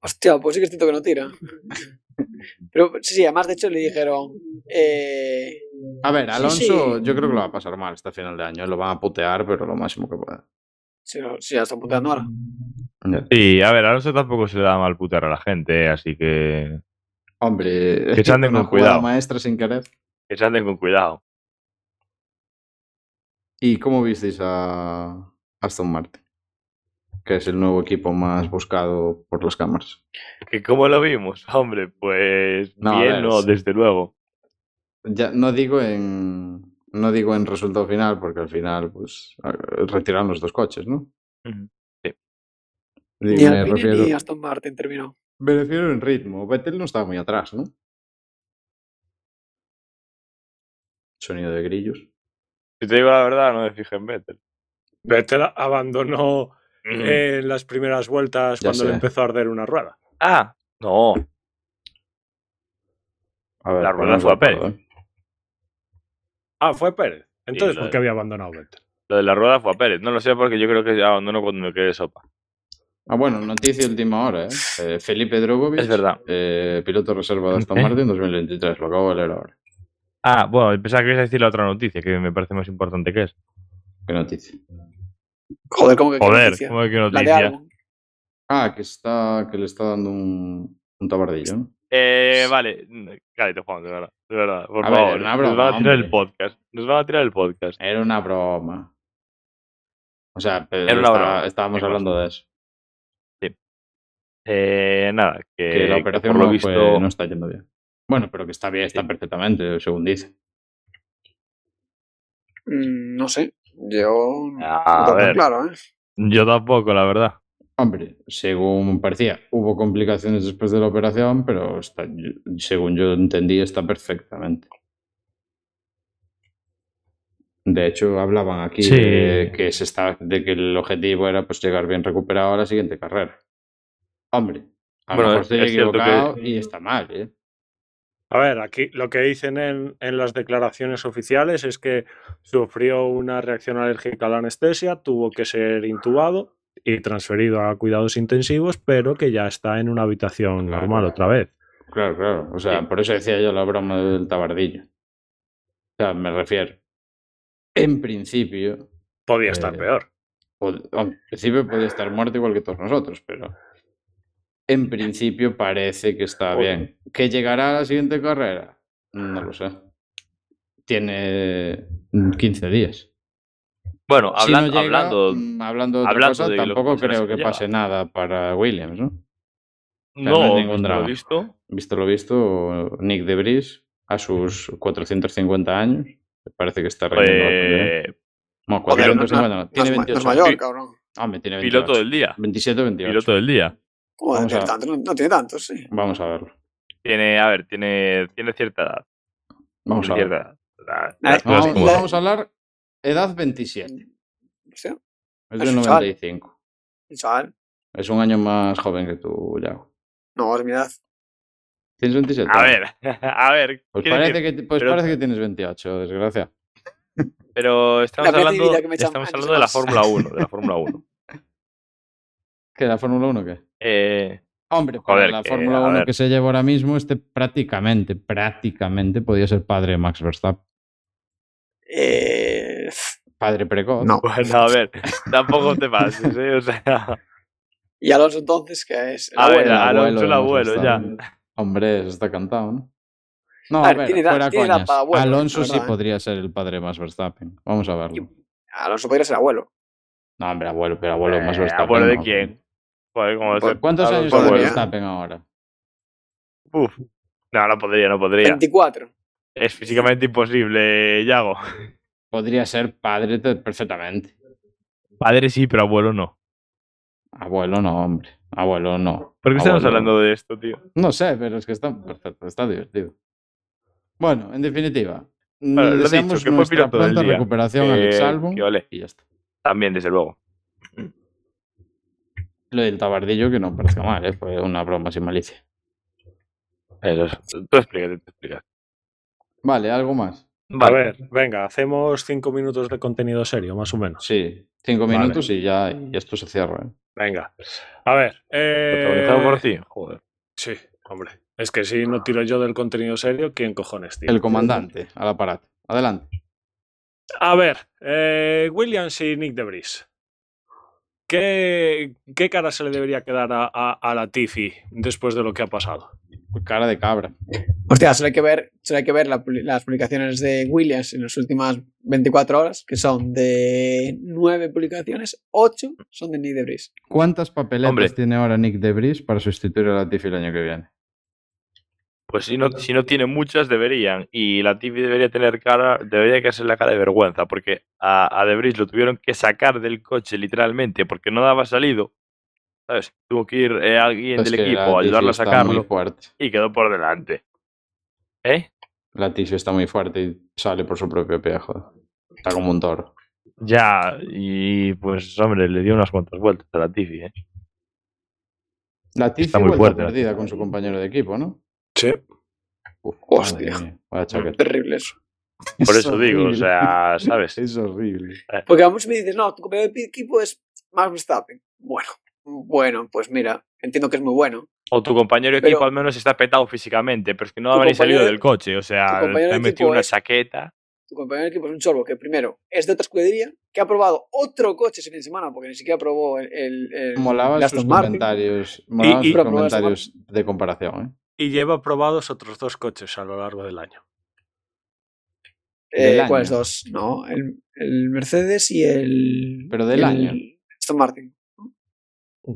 S5: Hostia, pues sí que es cierto que no tira. Pero sí, sí, además de hecho le dijeron, eh,
S1: A ver,
S5: Sí,
S1: Alonso,
S5: sí.
S1: yo creo que lo va a pasar mal hasta final de año. Lo van a putear, pero lo máximo que pueda.
S5: si, no- si ya está apuntando ahora.
S4: Sí, a ver, a Alonso tampoco se le da mal putar a la gente, eh, así que
S1: Hombre,
S4: Que se anden
S1: una jugada
S4: con cuidado.
S1: maestra sin querer.
S4: que se anden con cuidado.
S1: ¿Y cómo visteis a Aston Martin? Que es el nuevo equipo más buscado por las cámaras.
S4: ¿Que ¿Cómo lo vimos? Hombre, pues
S1: No, a
S4: bien,
S1: ver,
S4: no,
S1: sí.
S4: desde luego.
S1: Ya, no digo en no digo en resultado final, porque al final pues a- retiraron los dos coches, ¿no?
S4: Ujú, sí.
S1: Digo,
S5: Ni
S1: me,
S5: Alpine ni
S1: refiero,
S5: Aston Martin terminó.
S1: me refiero en ritmo. Vettel no estaba muy atrás, ¿no? Sonido de grillos.
S4: Si te digo la verdad, no me fijé en Vettel.
S3: Vettel abandonó
S1: Eh.
S3: en las primeras vueltas
S1: Ya
S3: cuando le
S1: sé.
S3: empezó a arder una rueda.
S4: Ah, no,
S1: A ver,
S4: La
S1: pero
S4: rueda
S1: no
S4: fue a
S1: recuerdo,
S4: Pérez.
S1: ¿eh?
S3: Ah, fue Pérez. Entonces,
S4: lo
S3: ¿por
S4: de-
S3: qué había abandonado Vettel?
S4: Lo de la rueda fue a Pérez. No lo sé porque yo creo que abandonó cuando me quedé sopa.
S1: Ah, bueno, noticia de última hora, ¿eh? Eh, Felipe Drogovic.
S4: Es verdad.
S1: eh, piloto reserva de Aston
S4: ¿Eh?
S1: Martin 2023. Lo acabo de leer ahora.
S4: Ah, bueno, pensaba que ibas a decir la otra noticia, que me parece más importante que es.
S1: Qué noticia.
S5: Joder, ¿cómo que qué
S4: Joder,
S5: noticia?
S4: ¿cómo que
S5: La de
S4: noticia?
S5: Albon.
S1: Ah, que está, que le está dando un, un tabardillo. ¿no?
S4: Eh, vale, cállate, Juan, de verdad. De verdad, por
S1: A ver,
S4: favor.
S1: una broma,
S4: nos van a tirar
S1: hombre.
S4: el podcast. Nos van a tirar el podcast.
S1: Era una broma. O sea, pero
S4: Era una
S1: estaba-
S4: broma.
S1: estábamos
S4: Qué
S1: hablando de eso.
S4: Eh, nada, que,
S1: Que la
S4: que
S1: operación
S4: por lo
S1: no,
S4: visto.
S1: fue- no está yendo bien. Bueno, pero que está bien, está
S4: Sí.
S1: perfectamente, según dice.
S5: Mm, no sé. Yo.
S1: Ah,
S4: A
S5: no tengo tan
S4: ver,
S5: Claro, ¿eh?
S4: yo tampoco, la verdad.
S1: Hombre, según parecía, hubo complicaciones después de la operación, pero está, yo- según yo entendí, está perfectamente. De hecho, hablaban aquí
S4: Sí.
S1: de, que se está, de que el objetivo era pues llegar bien recuperado a la siguiente carrera. Hombre, a lo
S4: Bueno,
S1: mejor se
S4: es cierto que-
S1: equivocado y está mal, ¿eh?
S3: A ver, aquí lo que dicen en, en las declaraciones oficiales es que sufrió una reacción alérgica a la anestesia, tuvo que ser intubado y transferido a cuidados intensivos, pero que ya está en una habitación
S1: Claro.
S3: normal otra vez.
S1: Claro, claro. O sea,
S4: Sí.
S1: por eso decía yo la broma del tabardillo. O sea, me refiero. En principio,
S3: Podía
S1: Eh,
S3: estar peor.
S1: pod- bueno, en principio puede estar muerto igual que todos nosotros, pero en principio parece que está
S4: Joder.
S1: bien. ¿Que llegará a la siguiente carrera? No lo sé. Tiene 15 días.
S4: Bueno,
S1: Si no
S4: hablan-
S1: llega,
S4: hablando.
S1: mm, hablando de otra
S4: hablando
S1: cosa,
S4: de lo que
S1: tampoco
S4: se les
S1: creo que
S4: lleva.
S1: pase nada para Williams, ¿no? no
S4: no,
S1: hay ningún
S4: por
S1: drama.
S4: lo visto.
S1: Visto lo visto, Nick de Vries, a sus 450 años, parece que está reinando. bastante bien.
S4: eh,
S1: No,
S5: Joder, no-
S1: 450 no,
S5: No
S1: tiene
S5: es ma- no
S1: 28.
S5: es mayor, cabrón.
S1: Hombre, tiene 28.
S4: piloto del día.
S1: 27 28.
S4: Piloto del día.
S5: ¿Cómo va a
S1: Vamos a
S5: tener
S1: ver.
S5: tanto? No, no tiene tantos, sí.
S1: Vamos a verlo.
S4: Tiene, a ver, tiene, tiene cierta edad.
S1: Vamos a
S4: tiene
S1: ver.
S4: cierta edad. La-
S5: Ah,
S4: las
S1: Vamos,
S4: cosas como son.
S1: vamos a hablar edad 27.
S5: O sea,
S1: Es
S5: Es
S1: del
S5: un chaval.
S1: 95.
S5: Mm, el chaval.
S1: Es un año más joven que tú, Yago.
S5: No, es mi edad.
S1: ¿Tienes 27?
S4: A ver, a ver.
S1: Pues,
S4: quiero
S1: parece
S4: decir,
S1: que, pues
S4: pero-
S1: parece que tienes 28, desgracia.
S4: Pero estamos
S5: La
S4: hablando,
S5: creatividad que me echan
S4: estamos
S5: años
S4: hablando de la
S5: más.
S4: Fórmula 1. De la Fórmula 1.
S1: ¿Qué, la Fórmula 1 qué?
S4: Eh,
S1: Hombre,
S4: Joder,
S1: para la
S4: que,
S1: Fórmula
S4: a
S1: 1
S4: ver.
S1: que se lleva ahora mismo, este prácticamente, prácticamente podía ser padre de Max Verstappen.
S5: Eh,
S1: Padre precoz.
S5: no.
S4: bueno, pues, a ver, tampoco te pases, ¿eh? O sea,
S5: Y Alonso entonces, que es. el
S4: a
S5: abuelo.
S4: ver,
S1: abuelo,
S4: Alonso
S1: vamos
S4: el
S1: a
S4: abuelo, ya. Ah,
S1: estar. Hombre, eso está cantado, ¿no? No,
S5: A
S1: a
S5: ver,
S1: ver,
S5: tiene edad-
S1: fuera
S5: tiene edad
S1: coñas.
S5: para abuelo,
S1: Alonso
S5: la
S1: sí
S5: verdad, ¿eh?
S1: podría ser el padre de Max Verstappen. Vamos a verlo.
S5: Alonso podría ser abuelo.
S1: No, hombre, abuelo, pero abuelo Max
S4: Eh,
S1: Verstappen.
S4: ¿abuelo de
S1: no.
S4: quién? Joder, ¿cómo va a
S5: ¿Por
S4: ser?
S1: ¿Cuántos
S4: Alonso
S1: años
S5: Podría.
S1: tiene
S4: abuelo.
S1: Verstappen ahora?
S4: Uf. No, no podría, no podría.
S5: 24.
S4: Es físicamente imposible, Yago.
S1: Podría ser padre te- perfectamente.
S4: Padre sí, pero abuelo no.
S1: Abuelo no, hombre. Abuelo no.
S4: ¿Por qué estamos
S1: Abuelo-
S4: hablando de esto, tío?
S1: No sé, pero es que está perfecto, está divertido. Bueno, en definitiva,
S4: Bueno,
S1: le
S4: lo
S1: deseamos
S4: dicho, que fue
S1: nuestra
S4: piloto del
S1: pronta
S4: día.
S1: recuperación a
S4: Eh,
S1: Alex Albon
S4: que ole.
S1: y ya está.
S4: También, desde luego.
S1: Lo del tabardillo que no parece mal, ¿eh? fue una broma sin malicia.
S4: Eso es. Tú explícate, tú explícate.
S1: Vale, algo más.
S3: A
S4: Vale.
S3: ver, venga, hacemos cinco minutos de contenido serio, más o menos.
S1: Sí, cinco
S3: Vale.
S1: minutos y ya y esto se cierra. ¿eh?
S3: Venga. A ver. eh,
S4: Protagonizado por ti. Joder.
S3: Sí, hombre. Es que si no tiro yo del contenido serio, ¿quién cojones tira?
S1: El comandante al aparato. Adelante.
S3: A ver, eh, Williams y Nick de Vries. ¿Qué, qué cara se le debería quedar a, a, a la Tiffy después de lo que ha pasado?
S1: Cara de cabra.
S5: Hostia, solo hay que ver, solo hay que ver la pu- las publicaciones de Williams en las últimas 24 horas, que son de 9 publicaciones, 8 son de Nick de Bris.
S1: ¿Cuántas papeletas
S4: Hombre.
S1: tiene ahora Nick Debris para sustituir a Latifi el año que viene?
S4: Pues si no, si no tiene muchas, deberían. Y la TV debería tener cara, debería que hacer la cara de vergüenza, porque a, a Debris lo tuvieron que sacar del coche literalmente, porque no daba salido. ¿Sabes? Tuvo que ir eh, alguien
S1: Es
S4: del
S1: que
S4: equipo a
S1: Latifi
S4: ayudarlo a
S1: está Muy
S4: sacarlo
S1: fuerte.
S4: y quedó por delante. ¿Eh?
S1: Latifi está muy fuerte y sale por su propio pie, joder. Está como un toro.
S4: Ya, y pues hombre, le dio unas cuantas vueltas a la Tiffy, ¿eh?
S1: Latifi
S4: Está muy
S1: vuelta
S4: fuerte,
S1: perdida con su compañero de equipo, ¿no?
S3: Sí.
S1: Uf,
S5: Hostia.
S1: madre mía, vaya chaqueta.
S5: Terrible eso.
S4: Por
S1: Es
S4: eso digo, o
S1: horrible.
S4: sea, ¿sabes?
S1: Es horrible.
S5: Porque a muchos me dices, no, tu compañero de equipo es Max Verstappen. Bueno, Bueno, pues mira, entiendo que es muy bueno.
S4: O tu compañero de
S5: Pero-
S4: equipo al menos está petado físicamente, pero es que no
S5: Tu
S4: habréis salido
S5: compañero-
S4: del coche. O sea,
S5: tu
S4: te
S5: compañero de
S4: han metido
S5: equipo
S4: una
S5: es-
S4: chaqueta.
S5: Tu compañero de equipo es un chorbo que primero es de otra escudería, que ha probado otro coche ese fin de semana, porque ni siquiera probó el, el, el- el
S1: Molaban
S5: Aston
S1: sus
S5: Martin.
S1: comentarios, molaban
S3: y-
S1: sus
S5: Pero-
S1: comentarios de comparación. ¿eh?
S3: Y lleva probados otros dos coches a lo largo del año.
S5: Eh,
S1: Del año.
S5: ¿Cuáles dos? No, el, el Mercedes y el.
S1: Pero del
S5: el
S1: año.
S5: Aston Martin.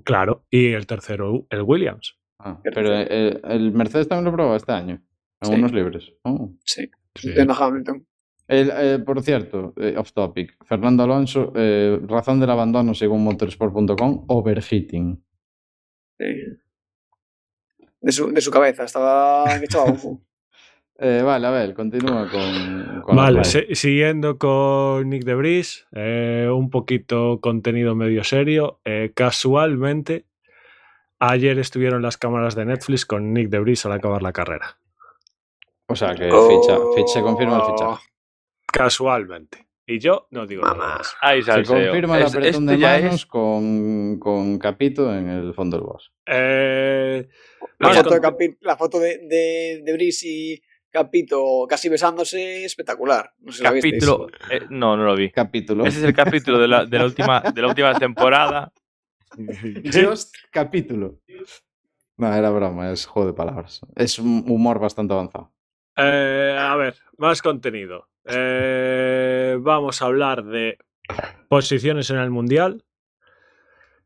S3: Claro. Y el tercero, el Williams.
S1: Ah,
S5: Pero-
S1: pero eh, el Mercedes también lo probaba este año, en
S5: Sí.
S1: unos libres. Oh.
S5: De la Hamilton.
S1: El, eh, por cierto, eh, off topic, Fernando Alonso, eh, razón del abandono según motorsport.com, overheating.
S5: Sí. De su, de su cabeza, estaba que echaba humo.
S1: Eh, vale, a ver, continúa con... con la
S3: Vale,
S1: prueba.
S3: se- siguiendo con Nick de Vries, eh, un poquito contenido medio serio. eh, casualmente, ayer estuvieron las cámaras de Netflix con Nick de Vries al acabar la carrera.
S1: O sea, que
S5: Oh.
S1: ficha, ficha, se confirma el fichaje.
S4: Oh,
S3: Casualmente. Y yo no digo nada
S5: Mamá.
S3: más.
S4: Ahí
S1: Se
S4: salseo.
S1: confirma el
S4: Es-
S1: apretón
S4: esto
S1: de
S4: ya es-
S1: manos con, con Capito en el fondo del boss.
S3: Eh,
S5: La
S3: vamos
S5: foto, de,
S3: con-
S5: Capi- la foto de, de, de Brice y Capito casi besándose, espectacular. No sé si la visteis.
S4: capítulo. eh, no, no lo vi.
S1: Capítulo.
S4: Ese es el capítulo de la, de la última, de la última temporada.
S1: Just capítulo. No, era broma, es juego de palabras. Es un humor bastante avanzado.
S3: Eh, a ver, más contenido. Eh, vamos a hablar de posiciones en el Mundial.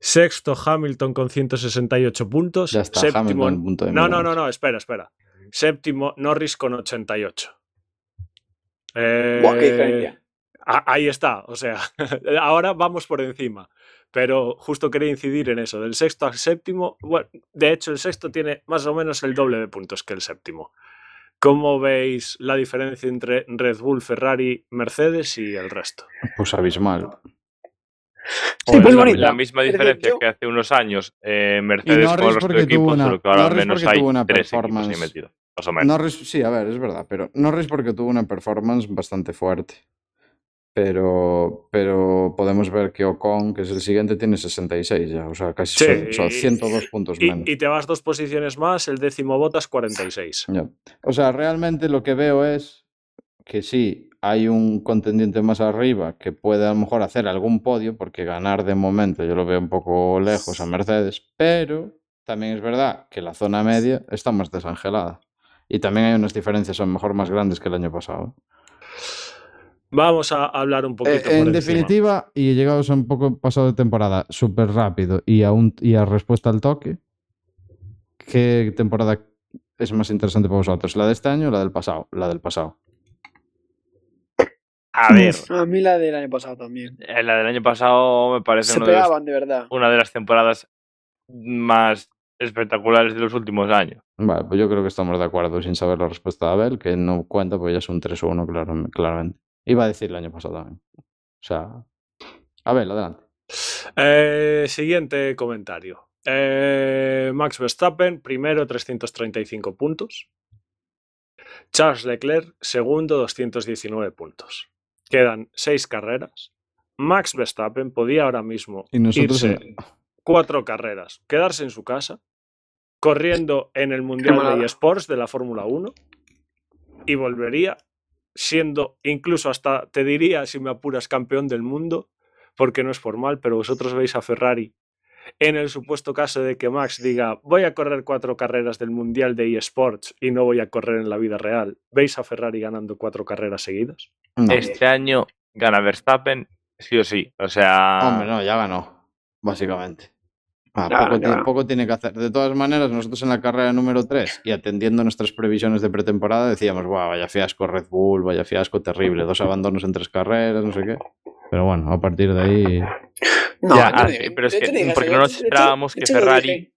S3: Sexto Hamilton con 168 puntos.
S1: Ya está,
S3: Séptimo,
S1: Hamilton, punto de
S3: no,
S1: mira.
S3: no, no, no, espera, espera. Séptimo Norris con 88. Eh,
S5: Buah, qué diferencia.
S3: a- ahí está, o sea, ahora vamos por encima. Pero justo quería incidir en eso, del sexto al séptimo. Bueno, de hecho, el sexto tiene más o menos el doble de puntos que el séptimo. ¿Cómo veis la diferencia entre Red Bull, Ferrari, Mercedes y el resto?
S1: Pues abismal.
S5: Sí,
S4: Pues
S5: muy
S4: la,
S5: bonita.
S4: la misma
S5: Es decir,
S4: diferencia
S5: yo-
S4: que hace unos años eh,
S1: Y
S4: Mercedes
S1: Norris
S4: con el resto de
S1: porque tuvo
S4: equipos,
S1: una-
S4: solo que ahora al
S1: Norris
S4: menos
S1: porque
S4: hay
S1: tuvo una
S4: tres equipos ahí
S1: performance.
S4: metidos, más o menos.
S1: Norris, sí, a ver, es verdad, pero Norris porque tuvo una performance bastante fuerte. Pero, pero podemos ver que Ocon, que es el siguiente, tiene 66 ya, o sea, casi son-
S3: Sí,
S1: son
S3: y-
S1: 102 puntos Pues menos.
S3: Y, y te vas dos posiciones más, el décimo botas 46.
S1: Ya. O sea, realmente lo que veo es que sí, hay un contendiente más arriba que puede a lo mejor hacer algún podio, porque ganar de momento yo lo veo un poco lejos a Mercedes, pero también es verdad que la zona media está más desangelada. Y también hay unas diferencias a lo mejor más grandes que el año pasado.
S3: Vamos a hablar un poquito.
S1: Eh,
S3: por
S1: en
S3: encima.
S1: definitiva, y llegados a un poco pasado de temporada, súper rápido y a, un, y a respuesta al toque, ¿qué temporada es más interesante para vosotros? ¿La de este año o la del pasado? La del pasado.
S4: A ver,
S5: A mí la del año pasado también.
S4: eh, la del año pasado me parece
S5: Se
S4: uno de los-
S5: pegaban de verdad.
S4: una de las temporadas más espectaculares de los últimos años.
S1: Vale, pues yo creo que estamos de acuerdo sin saber la respuesta de Abel, que no cuenta, pues ya es un 3-1, claro, claramente. Iba a decir el año pasado también. O sea, Abel, adelante.
S3: Eh, siguiente comentario. Eh, Max Verstappen, primero 335 puntos. Charles Leclerc, segundo 219 puntos. Quedan seis carreras. Max Verstappen podía ahora mismo
S1: Y nosotros
S3: irse
S1: en-
S3: cuatro carreras, quedarse en su casa, corriendo en el Mundial
S5: mala.
S3: de eSports de la Fórmula 1 y volvería siendo incluso hasta, te diría, si me apuras, campeón del mundo, porque no es formal, pero vosotros veis a Ferrari en el supuesto caso de que Max diga, voy a correr cuatro carreras del Mundial de eSports y no voy a correr en la vida real, ¿veis a Ferrari ganando cuatro carreras seguidas?
S1: No.
S4: Este año gana Verstappen, sí o sí. O sea,
S1: Hombre, no, ya ganó, básicamente. Ah,
S5: Ah. Ya,
S1: poco,
S5: ya
S1: ti-
S5: ganó.
S1: poco tiene que hacer. De todas maneras, nosotros en la carrera número 3 y atendiendo nuestras previsiones de pretemporada decíamos, guau, vaya fiasco Red Bull, vaya fiasco terrible, dos abandonos en tres carreras, no sé qué. Pero bueno, a partir de ahí...
S5: No,
S4: Ya,
S5: yo
S4: ah,
S5: no
S4: sí,
S5: dije-
S4: pero es
S5: yo-
S4: que-
S5: yo dije
S4: porque
S5: eso,
S4: no
S5: yo-
S4: nos
S5: de hecho-
S4: esperábamos
S5: de
S4: que
S5: hecho yo
S4: Ferrari-
S5: dije-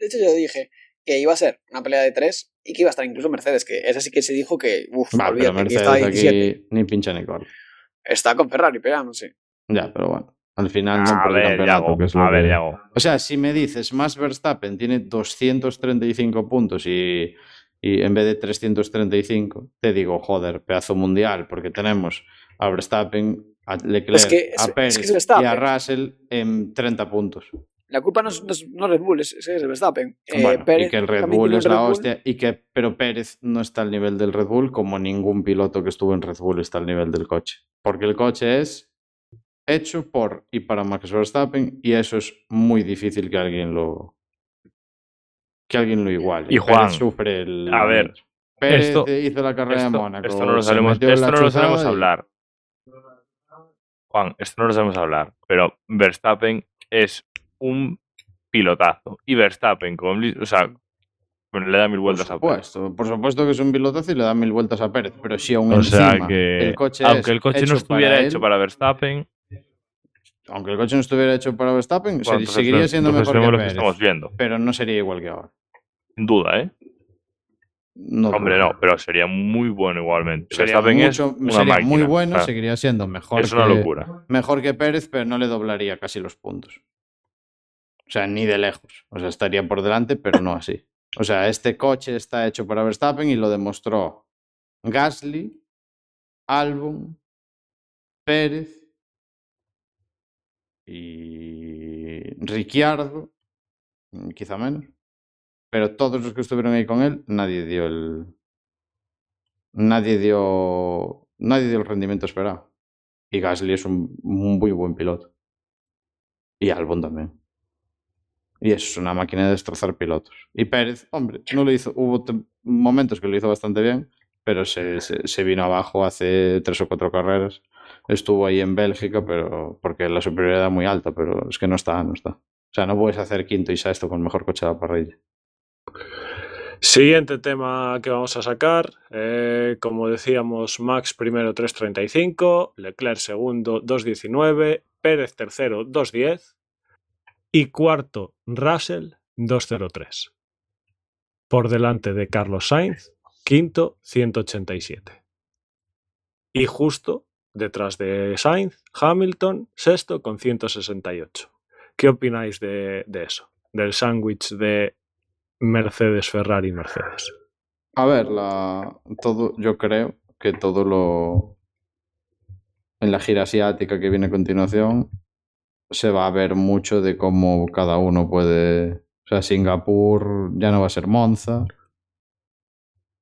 S5: de hecho, yo dije que iba a ser una pelea de tres y que iba a estar incluso Mercedes, que esa sí que se dijo que, uff,
S1: Vale, pero
S5: olvídate, que está
S1: Mercedes
S5: 17.
S1: aquí ni pincha ni corta.
S5: Está con Ferrari pegándose.
S1: Ya, pero bueno. Al final no
S4: a
S1: por el
S4: ver,
S1: campeonato,
S4: Yago,
S1: que es lo
S4: a ver,
S1: que-
S4: Yago.
S1: O sea, si me dices, Max Verstappen tiene 235 puntos y, y en vez de 335, te digo, joder, pedazo mundial, porque tenemos a Verstappen, a Leclerc,
S5: Es que es-
S1: a
S5: es
S1: Pérez
S5: que es
S1: y a
S5: Verstappen.
S1: Russell en 30 puntos.
S5: La culpa no es, no es- no es Red Bull, es, es Verstappen. Eh,
S1: Bueno,
S5: Pérez
S1: y que el Red
S5: también
S1: Bull
S5: tiene
S1: es
S5: un
S1: la
S5: Red Bull.
S1: hostia, y que, pero Pérez no está al nivel del Red Bull como ningún piloto que estuvo en Red Bull está al nivel del coche. Porque el coche es hecho por y para Max Verstappen y eso es muy difícil que alguien lo que alguien lo iguale.
S4: Y Juan,
S1: Pérez sufre el
S4: a ver,
S1: Pérez
S4: esto-
S1: hizo la carrera de
S4: Esto,
S1: Mónaco.
S4: esto no lo
S1: se
S4: sabemos,
S1: metió en
S4: esto
S1: la
S4: no lo
S1: chuzada
S4: sabemos
S1: y-
S4: hablar. Juan, esto no lo sabemos hablar. Pero Verstappen es un pilotazo. Y Verstappen, con, Luis- o sea, bueno, le da mil
S1: Por
S4: vueltas a Pérez.
S1: supuesto, por supuesto que es un pilotazo y le da mil vueltas a Pérez, pero si aún
S4: O sea
S1: encima
S4: que,
S1: el coche es
S4: aunque el coche no
S1: hecho
S4: estuviera
S1: para
S4: hecho
S1: él,
S4: para Verstappen,
S1: aunque el coche no estuviera hecho para Verstappen, se-
S4: bueno, pues entonces
S1: seguiría
S4: ve-
S1: siendo
S4: entonces
S1: mejor que
S4: vemos lo que
S1: Pérez,
S4: estamos viendo.
S1: pero no sería igual que ahora.
S4: Sin duda, ¿eh?
S1: No
S4: Hombre,
S1: creo.
S4: no, pero sería muy bueno igualmente.
S1: Sería,
S4: Verstappen es
S1: mucho-
S4: una
S1: sería
S4: máquina,
S1: muy bueno,
S4: o sea,
S1: seguiría siendo mejor
S4: es una
S1: que,
S4: locura.
S1: mejor que Pérez, pero no le doblaría casi los puntos. O sea, ni de lejos. O sea, estaría por delante, pero no así. O sea, este coche está hecho para Verstappen y lo demostró Gasly, Albon, Pérez y Ricciardo, mm, quizá menos. Pero todos los que estuvieron ahí con él, nadie dio el. Nadie dio. Nadie dio el rendimiento esperado. Y Gasly es un muy buen piloto. Y Albon también. Y es una máquina de destrozar pilotos. Y Pérez, hombre, no lo hizo. Hubo tem- momentos que lo hizo bastante bien, pero se, se- se vino abajo hace tres o cuatro carreras. Estuvo ahí en Bélgica, pero porque la superioridad era muy alta, pero es que no está, no está. O sea, no puedes hacer quinto y sexto con mejor coche de la parrilla.
S3: Siguiente tema que vamos a sacar. eh, como decíamos, Max primero 3.35, Leclerc segundo 2.19, Pérez tercero 2.10 y cuarto Russell 2.03. Por delante de Carlos Sainz, quinto 187. Y justo detrás de Sainz, Hamilton sexto con 168. ¿Qué opináis de, de eso? Del sándwich de Mercedes, Ferrari, Mercedes.
S1: A ver, la, todo, yo creo que todo lo. En la gira asiática que viene a continuación, se va a ver mucho de cómo cada uno puede. O sea, Singapur ya no va a ser Monza.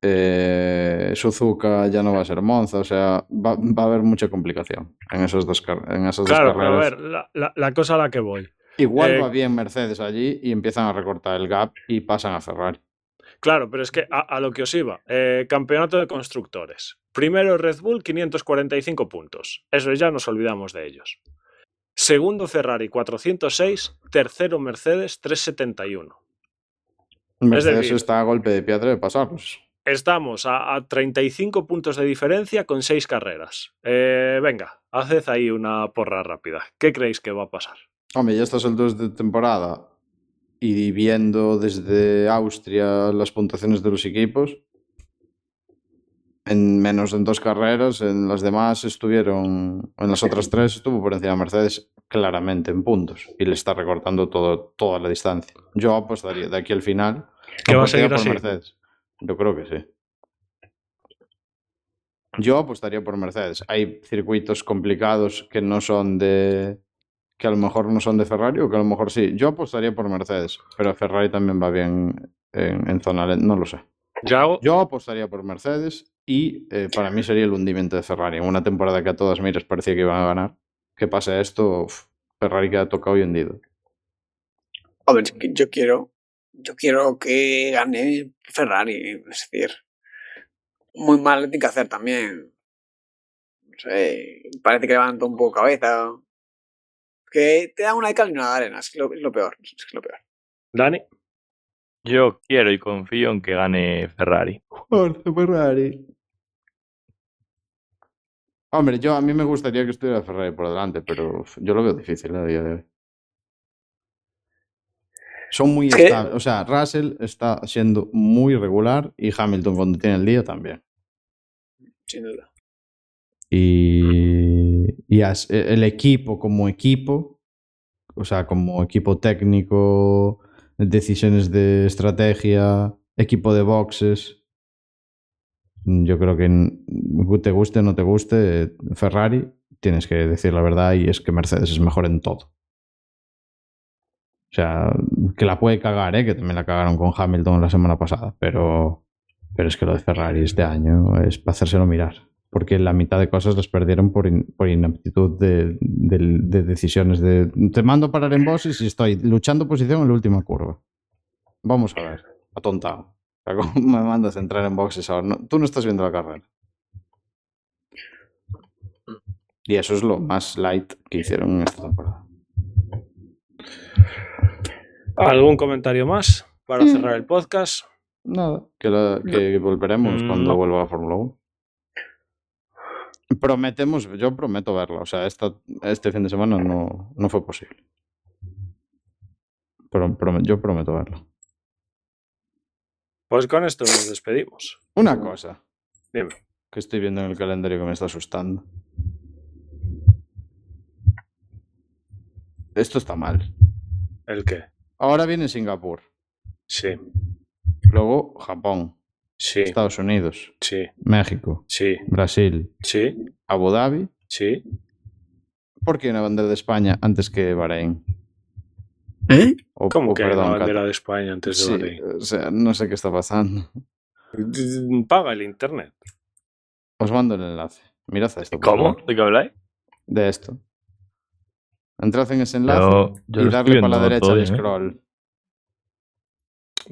S1: eh, Suzuka ya no va a ser Monza. O sea, va, va a haber mucha complicación en, esos dos, car- en esas dos
S3: Claro, pero a
S1: carreras.
S3: ver, la, la- la cosa a la que voy.
S1: Igual
S3: eh,
S1: va bien Mercedes allí y empiezan a recortar el gap y pasan a Ferrari.
S3: Claro, pero es que a, a lo que os iba. Eh, campeonato de constructores. Primero Red Bull, 545 puntos. Eso ya nos olvidamos de ellos. Segundo Ferrari, 406. Tercero Mercedes, 371.
S1: Mercedes
S3: decir-
S1: está a golpe de piedra de pues, pasarlos.
S3: Estamos a, a 35 puntos de diferencia con 6 carreras. Eh, venga, haced ahí una porra rápida. ¿Qué creéis que va a pasar?
S1: Hombre, ya estas alturas de temporada y viendo desde Austria las puntuaciones de los equipos, en menos de dos carreras, en las demás estuvieron, en las otras tres estuvo por encima de Mercedes claramente en puntos y le está recortando todo, toda la distancia. Yo apostaría de aquí al final
S3: Que va a
S1: apostaría
S3: seguir
S1: por
S3: así.
S1: Mercedes. Yo creo que sí. Yo apostaría por Mercedes. Hay circuitos complicados que no son de. que a lo mejor no son de Ferrari o que a lo mejor sí. Yo apostaría por Mercedes, pero Ferrari también va bien en, en zona lenta, no lo sé.
S3: Yago,
S1: Yo apostaría por Mercedes y eh, para mí sería el hundimiento de Ferrari. En una temporada que a todas miras parecía que iban a ganar, que pasa esto, uf, Ferrari queda tocado y hundido.
S5: A ver, yo- yo quiero, yo quiero que gane Ferrari, es decir, muy mal le tiene que hacer también. No sé, parece que levanta un poco cabeza. Que te da una de cal y una de arena, es lo, es lo peor, es lo peor.
S3: Dani.
S4: Yo quiero y confío en que gane Ferrari.
S1: Por Ferrari. Hombre, yo a mí me gustaría que estuviera Ferrari por delante, pero uf, yo lo veo difícil eh, a día de hoy. Son muy
S5: ¿Qué?
S1: estables. O sea, Russell está siendo muy regular y Hamilton cuando tiene el día también.
S5: Sin duda.
S1: Y, y as- e- el equipo como equipo, o sea, como equipo técnico, decisiones de estrategia, equipo de boxes. Yo creo que n- te guste o no te guste, Ferrari, tienes que decir la verdad y es que Mercedes es mejor en todo. O sea, que la puede cagar, ¿eh? que también la cagaron con Hamilton la semana pasada, pero, pero es que lo de Ferrari este año es para hacérselo mirar, porque la mitad de cosas las perdieron por, in- por inaptitud de, de- de decisiones de te mando a parar en boxes y estoy luchando posición en la última curva. Vamos a ver, atontado. O sea, ¿Cómo me mandas a entrar en boxes ahora? No, tú no estás viendo la carrera. Y eso es lo más light que hicieron en esta temporada.
S3: ¿Algún comentario más para cerrar el podcast?
S1: Nada. Que, la- que volveremos
S4: Mm,
S1: cuando
S4: no.
S1: vuelva a Fórmula 1. Prometemos, yo prometo verla. O sea, esta, este fin de semana no, no fue posible. Pero prome- yo prometo verla.
S3: Pues con esto nos despedimos.
S1: Una cosa.
S3: Dime.
S1: Que estoy viendo en el calendario que me está asustando. Esto está mal.
S3: ¿El qué?
S1: Ahora viene Singapur,
S3: Sí,
S1: luego Japón,
S3: sí,
S1: Estados Unidos,
S3: sí,
S1: México,
S3: sí,
S1: Brasil,
S3: sí,
S1: Abu Dhabi
S3: sí.
S1: ¿Por qué una bandera de España antes que Bahrein?
S5: ¿Eh?
S1: O,
S3: ¿Cómo
S1: o
S3: que
S1: Oh, perdón,
S3: la
S1: Qatar.
S3: bandera de España antes
S1: Sí,
S3: de Bahrein?
S1: o sea, no sé qué está pasando.
S3: Paga el internet.
S1: Os mando el enlace. Mirad esto. por
S4: ¿Cómo?
S1: favor,
S4: ¿De qué habláis?
S1: De esto. Entrad en ese enlace
S4: Yo, yo
S1: y
S4: lo
S1: darle
S4: estoy
S1: para la
S4: viendo
S1: derecha
S4: todo
S1: al
S4: bien, ¿eh?
S1: scroll.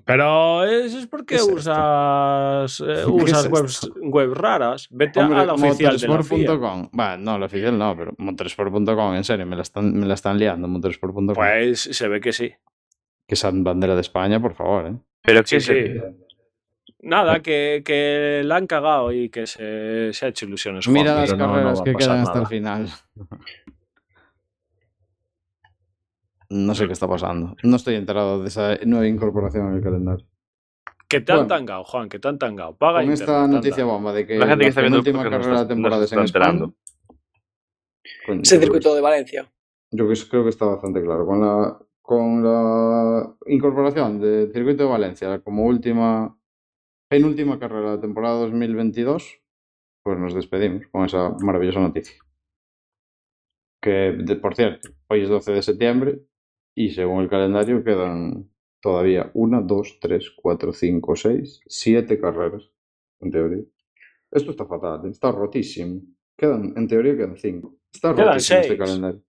S3: Pero eso es porque
S1: ¿Qué es esto?
S3: usas, eh,
S1: ¿Qué
S3: usas
S1: es
S3: webs, webs raras. Vete
S1: Hombre,
S3: a la oficial de la FIA.
S1: motorsport.com. Va, no, la oficial no, pero motorsport.com, en serio, me la están, me la están liando, motorsport.com.
S3: Pues se ve que sí.
S1: Que esa bandera de España, por favor, ¿eh?
S4: Pero
S3: Sí,
S4: que
S3: sí. Nada, que, que la han cagado y que se, se ha hecho ilusiones. Juan,
S1: Mira las
S3: pero no, no
S1: carreras
S3: va a
S1: que
S3: pasar
S1: quedan hasta el
S3: nada.
S1: final. No sé qué está pasando. No estoy enterado de esa nueva incorporación en el calendario.
S3: Que te han
S1: Bueno.
S3: tangado, Juan, que te han tangado. Paga
S1: Con
S3: internet,
S1: esta
S3: anda.
S1: noticia bomba de que
S4: La gente que está viendo el
S1: última
S4: podcast no
S1: carrera de la
S4: está-
S1: temporada
S4: no
S1: es
S4: se
S1: en
S4: está
S1: España.
S4: enterando.
S1: Coño,
S5: Ese
S1: yo
S5: circuito de Valencia.
S1: creo que- Yo creo que está bastante claro. Con la, con la incorporación del circuito de Valencia como última, penúltima carrera de la temporada 2022, pues nos despedimos con esa maravillosa noticia. Que, de- por cierto, hoy es 12 de septiembre y según el calendario quedan todavía 1, 2, 3, 4, 5, 6, 7 carreras, en teoría. Esto está fatal, ¿eh? está rotísimo. Quedan, en teoría quedan 5. Está
S3: Quedan
S1: rotísimo este
S3: seis.
S1: calendario.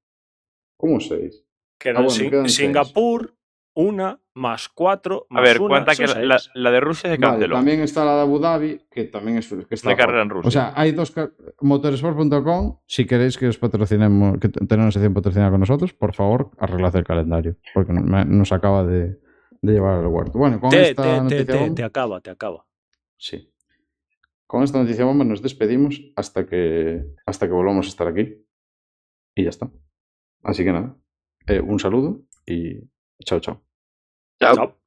S1: ¿Cómo 6?
S3: Quedan
S1: Ah, bueno,
S3: Sin-
S1: quedan
S3: Singapur, una más cuatro
S4: A
S3: más
S4: ver,
S3: una,
S4: cuenta
S3: son
S4: que la, la-
S3: seis.
S4: la de Rusia se
S1: Vale,
S4: canceló.
S1: también está la de Abu Dhabi, que también es que está
S4: Una
S1: rota.
S4: carrera en Rusia.
S1: O sea, hay dos car- motorsport.com, si queréis que os patrocinemos, que te- tener una sección patrocinada con nosotros, por favor, arreglad el calendario, porque me- nos acaba de, de llevar al huerto. Bueno, con
S3: Te,
S1: esta
S3: te, te,
S1: noticia
S3: te,
S1: bomba-
S3: te acaba, te acaba.
S1: sí. Con esta noticia bomba nos despedimos hasta que hasta que volvamos a estar aquí. Y ya está. Así que nada. eh, un saludo y chao, chao.
S6: Chao.
S3: Chao.